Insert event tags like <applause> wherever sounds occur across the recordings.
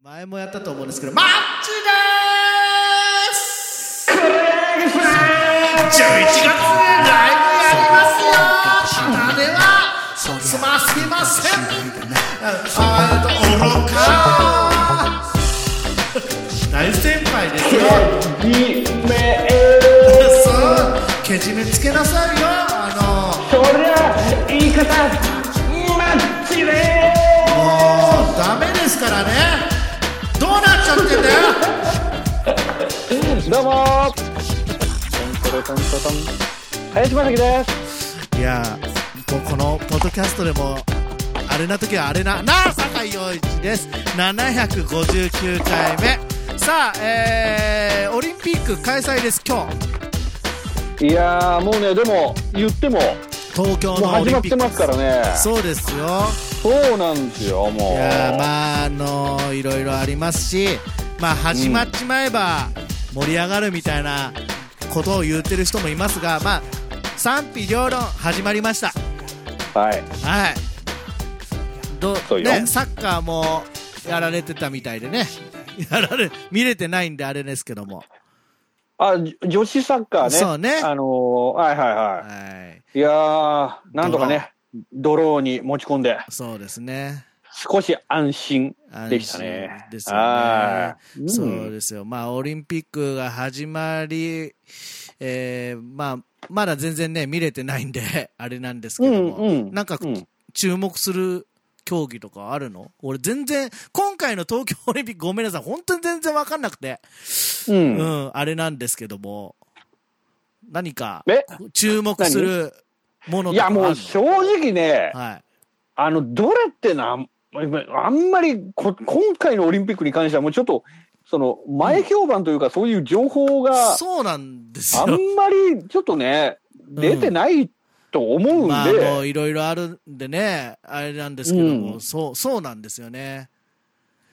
前もやったと思うんですけどマッチです11月でライブやりますよ金は済ませませんあー愚か大先輩ですよじめそうけじめつけなさいよあそりゃ言い方マッチでのもうダメですからねどうなっちゃってんだよすどうもートントロトントロトン林正樹ですいやーもうこのポッドキャストでもあれな時はあれななあ酒井陽一です759回目さあ、えー、オリンピック開催です今日いやーもうねでも言っても東京もうのオ始リまっンピックてますからねそうですよそうなんですよもういやーまああのーいろいろありますしまあ始まっちまえば盛り上がるみたいなことを言ってる人もいますがまあ賛否両論始まりましたはいはい。どそうよね、サッカーもやられてたみたいでね。やられ、見れてないんであれですけども。あじ女子サッカーねそうねあのー、はいはいははい。いいやーなんとかねドローに持ち込んでそうですね。少し安心安心でしたね。ですよねはいうんそうですよ。まあ、オリンピックが始まり、えー、まあ、まだ全然ね、見れてないんで、あれなんですけども。うんうんなんか、うん注目する競技とかあるの俺全然、今回の東京オリンピックごめんなさい。本当に全然わかんなくて。うんうん、あれなんですけども、何かえ注目するものいとかあやるのもう正直ね、はい。あのどれってなあんまりこ今回のオリンピックに関してはもうちょっとその前評判というか、そういう情報があそうなんですよ。んまりちょっとね出てないと思うんで、まあ、もういろいろあるんでね、あれなんですけども、うんそう、そうなんですよね。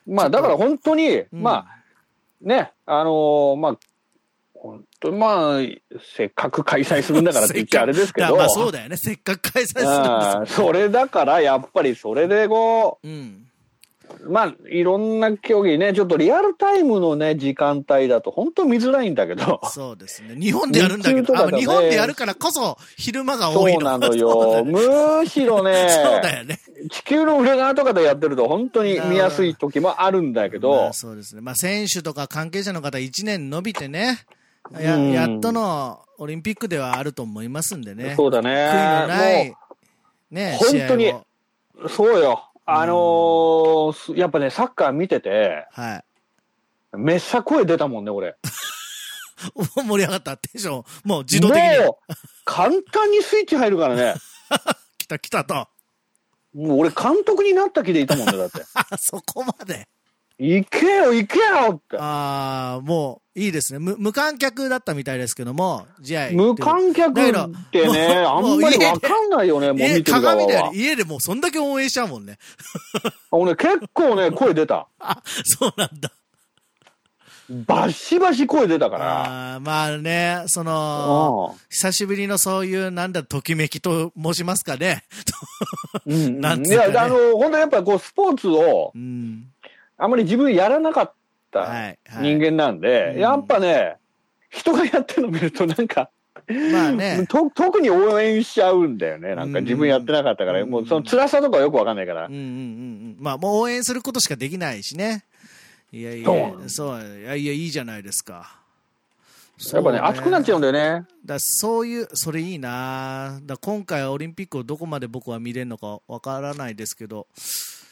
まあだから本当に、うんまあねあのーまあ本当にまあせっかく開催するんだからって言っちゃあれです <laughs> けだかどらまあそうだよね。せっかく開催するんですあーそれだからやっぱりそれでこううん。まあ、いろんな競技ね、ちょっとリアルタイムのね、時間帯だと、本当見づらいんだけど。そうですね。日本でやるんだけ日中とど、かだあね日本でやるからこそ昼間が <laughs> 多いそうの。な <laughs> のそうだよ。ねむし <laughs> ろそうだね、よね。地球の裏側とかでやってると、本当に見やすい時もあるんだけまどあ、そうですね。まあ、選手とか関係者の方、1年伸びてね、やうんやっとのオリンピックではあると思いますんでね、そうだ悔いのなねい。、ね、本当に試合をもう、そうよ。あのーすやっぱね、サッカー見てて、はい、 <laughs> めっさ声出たもんね、俺。お盛り上がった、テンション、もう自動的にもう、簡単にスイッチ入るからね。来た来たと、 <laughs> もう俺、監督になった気でいたもんね、だって。あそこまで、行けよ、行けよって。ああ、もういいですね無、無観客だったみたいですけども、試合、無観客ってね、だあけどもうんまりわかんないよね、もう家見てる側鏡だよはり。家でもうそんだけ応援しちゃうもんね、俺結構ね、声出た。あそうなんだ。バシバシ声出たから。あーまあね、その、う久しぶりのそういう、なんだ、ときめきと申しますかね。<laughs> んなんいつうかねや、あの、本当やっぱこう、スポーツをう、ん。あんまり自分やらなかっはたい。はい、人間なんうでん、やっぱね、人がやってるの見るとなんか、まあね。と特に応援しちゃうんだよね。なんか自分やってなかったかうら、んもうその辛さとかよくわかんないからうん。うんうんうん。まあ、もう応援することしかできないしね。いやいそや、そう、いやいや、いいじゃないですか。やっぱね、熱くなっちゃうんんだよね。だそういう、それいいなだ今回オリンピックをどこまで僕は見れるのかわからないですけど、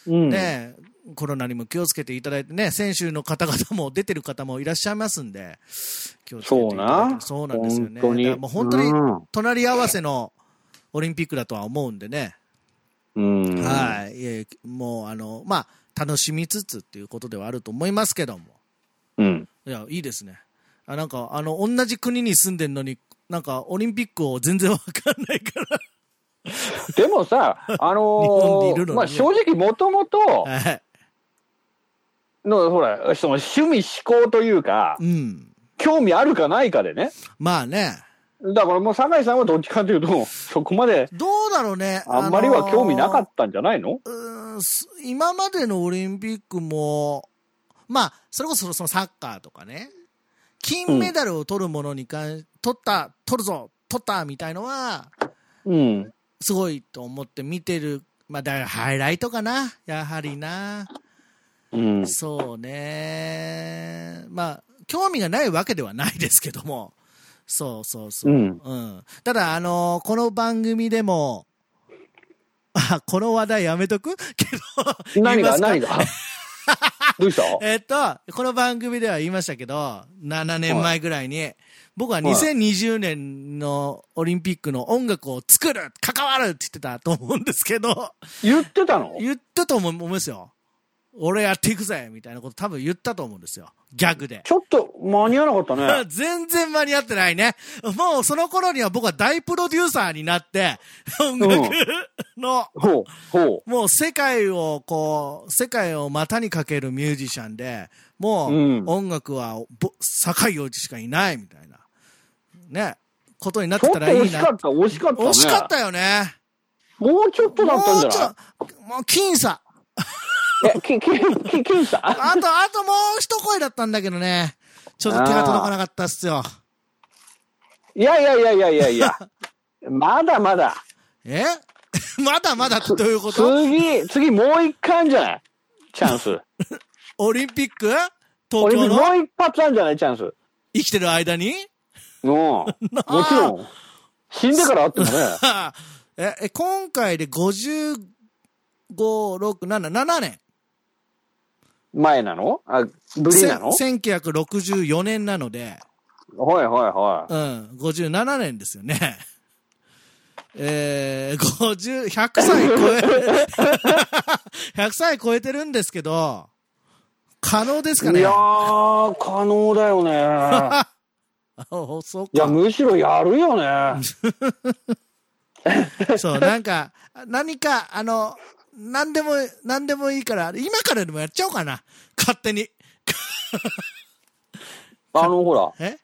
うん。ね、コロナにも気をつけていただいてね、選手の方々も出てる方もいらっしゃいますんで、気をつけていただいてそうなんですよね。だ本当にからもう本当にうん隣り合わせのオリンピックだとは思うんでね、うん。はい、いえもうあの、まあ、楽しみつつっていうことではあると思いますけども、うん。いや、いいですね。あなんか、あの、同じ国に住んでるのに、なんか、オリンピックを全然わかんないから。でもさ、あ本にいのるのにまあ正直もともとはい。の、ほら、その趣味思考というか、うん。興味あるかないかでね。まあね。だからもう酒井さんはどっちかというと、そこまでどうだろうね。あんまりは興味なかたったんじゃないの、うーんす今までのオリンピックも、まあ、それこそそのサッカーとかね、金メダルを取るものに関し、取った、取るぞ、取ったみたいのは、うん。すごいと思って見てる。まあ、だからハイライトかな、やはりな。うん。そうね。まあ、興味がないわけではないですけども。そうそうそうう。ん。うん。ただ、あのーこの番組でも、 <laughs> あ、この話題やめとくけど、言何いまがすか何がどうしたえっと、この番組では言いましたけど、7年前ぐらいに、僕は2020年のオリンピックの音楽を作る、関わるって言ってたと思うんですけど、 <laughs> 言ってたの言ったと思うんですよ。俺やっていくぜみたいなこと多分言ったと思うんですよ。ギャグで。。ちょっと間に合わなかったね全然間に合ってないね。もうその頃には僕は大プロデューサーになって、音楽の、ほう、ほもう世界をこう、世界を股にかけるミュージシャンで、もううん音楽はぼ、坂井陽一しかいないみたいな、ね、ことになっう。ちょてったとらいいな。惜しかった、惜しかったね。惜しかったよね。もうちょっとだったんじゃないもうちょもう僅差。え、き、き、き、きんさんあと、あともう一声だったんだけどね。ちょっと手が届かなかったっすよ。いやいやいやいやいやいや。まだ <laughs> まだ。えまだまだということ次、次もう一回あんじゃないチャンス。オリンピック東俺京ものう一発あんじゃないチャンス。生きてる間にうん。も <laughs> ちろん。死んでからあってもね。 <laughs> え、え今回で55、6、7、7年。前なのあ、ぶりなのはいせん1964年なので、はいはうん、57年ですよね。 <laughs> えー、50、100歳超え、100歳超えてるんですけど、可能ですかい。ねいやー、可能だ <laughs> よね。おそういや、か。むしろやるよね。そう、なんか、何か、あの、何でも、何でもいいから、今からでもやっちゃおうかな。勝手に。あの、ほら、え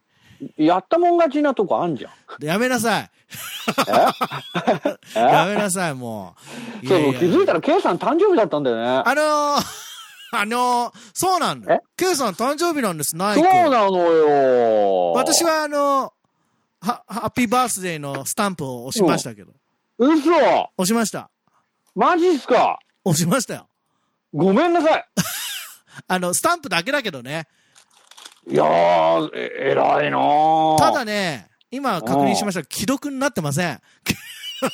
やったもん勝ちなとこあんじゃん。やめなさい。えやめなさい、もう。いそ、やいうや気づいたら、ケイさん誕生日だったんだよね。あのー、 <laughs> あのー、そうなんだよ。ケイさん誕生日なんです、ナイそ君うなのよ。私。はあのー、は、ハッピーバースデーのスタンプを押しましたけど。嘘押しました。マジっすか押しましたよ。ごめんなさい。あの、スタンプだけだけどね。いやー、え、偉いなーただね、今確認しましたが既読になってません。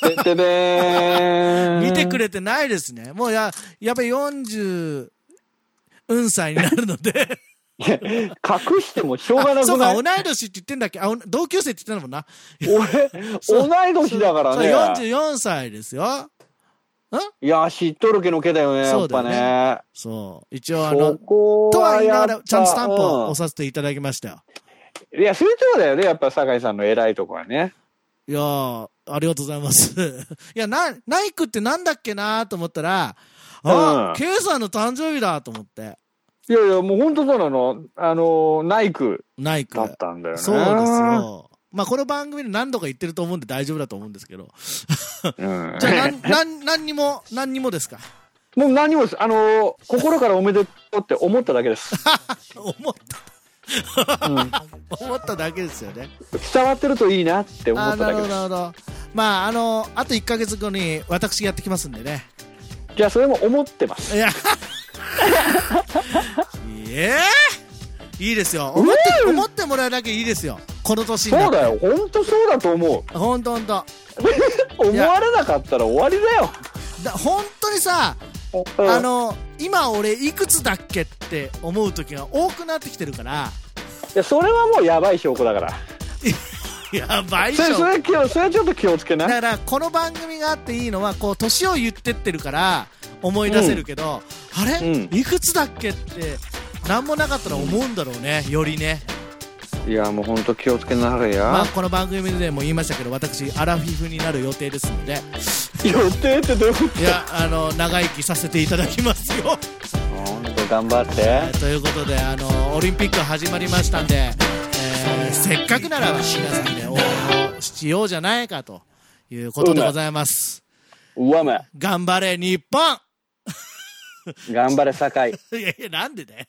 てってべーん。 <laughs> 見てくれてないですね。もうや、やっぱり40、うん歳になるので。いや。隠してもしょうがなそくうか、な同いい年って言ってんだっけあ、お同級生って言ってんだもんな。俺、そ同うい年だからね。そう44歳ですよ。いやー、しっとるけのけだよね、やそっうだぱよねね。そう。一応あその、ことは言いなやがっら、ぱちゃんとスタンプをうん押させていただきましたよ。いや、成長だよね、やっぱ酒井さんの偉いとこはね。いやー、ありがとうございます。 <laughs> いや、な、ナイクってなんだっけなーと思ったら、あ、うんケイさんの誕生日だと思って。いやいや、もう本当そうなの。あのー、ナイクナイクだ。ったんだよね。そうです。よ。まあ、この番組で何度か言ってると思うんで大丈夫だと思うんですけど。うんじゃあ、な <laughs> ん、なん、何にも、何にもですか。 <laughs> もう何もです。あのー、心からおめでとうって思っただけです。思った。 <laughs> 思っただけですよね。伝わってるといいなって思あっーたなだるけほでど、なす。るほど。まあ、あの、あと1ヶ月後に私やってきますんでね。じゃあ、それも思ってます。 <laughs> いや。いえいいですよ。思って、思ってもらえなきゃいいですよ。この年になそっうて。だよ。本当そうだと思う。ほんとほんと。思われなかったら終わりだよ。だ本当にさ、うんあの、今俺いくつだっけって思う時が多くなってきてるから、いやそれはもうやばい証拠だから。やばいっしそれ、そょ。れ、気をそれはちょっと気をつけだな。から、この番組があっていいのは、こう、年を言ってってるから、思い出せるけど、あれ、うんいくつだっけって、なんもなかったら思うんだろうね、よりね。いや、もう本当気をつけなはれまやあ、。この番組でも言いましたけど私アラフィフになる予定ですの <laughs> で予定ってどういうこといやあの長生きさせていただきますよ <laughs> <laughs> 本当頑張って。ということであのオリンピック始まりましたんで、えーせっかくならば皆さんで応援をしようじゃないかということでございますうわめ。頑張れ日本 <laughs> 頑張れ、酒井。いやいやなんでだよ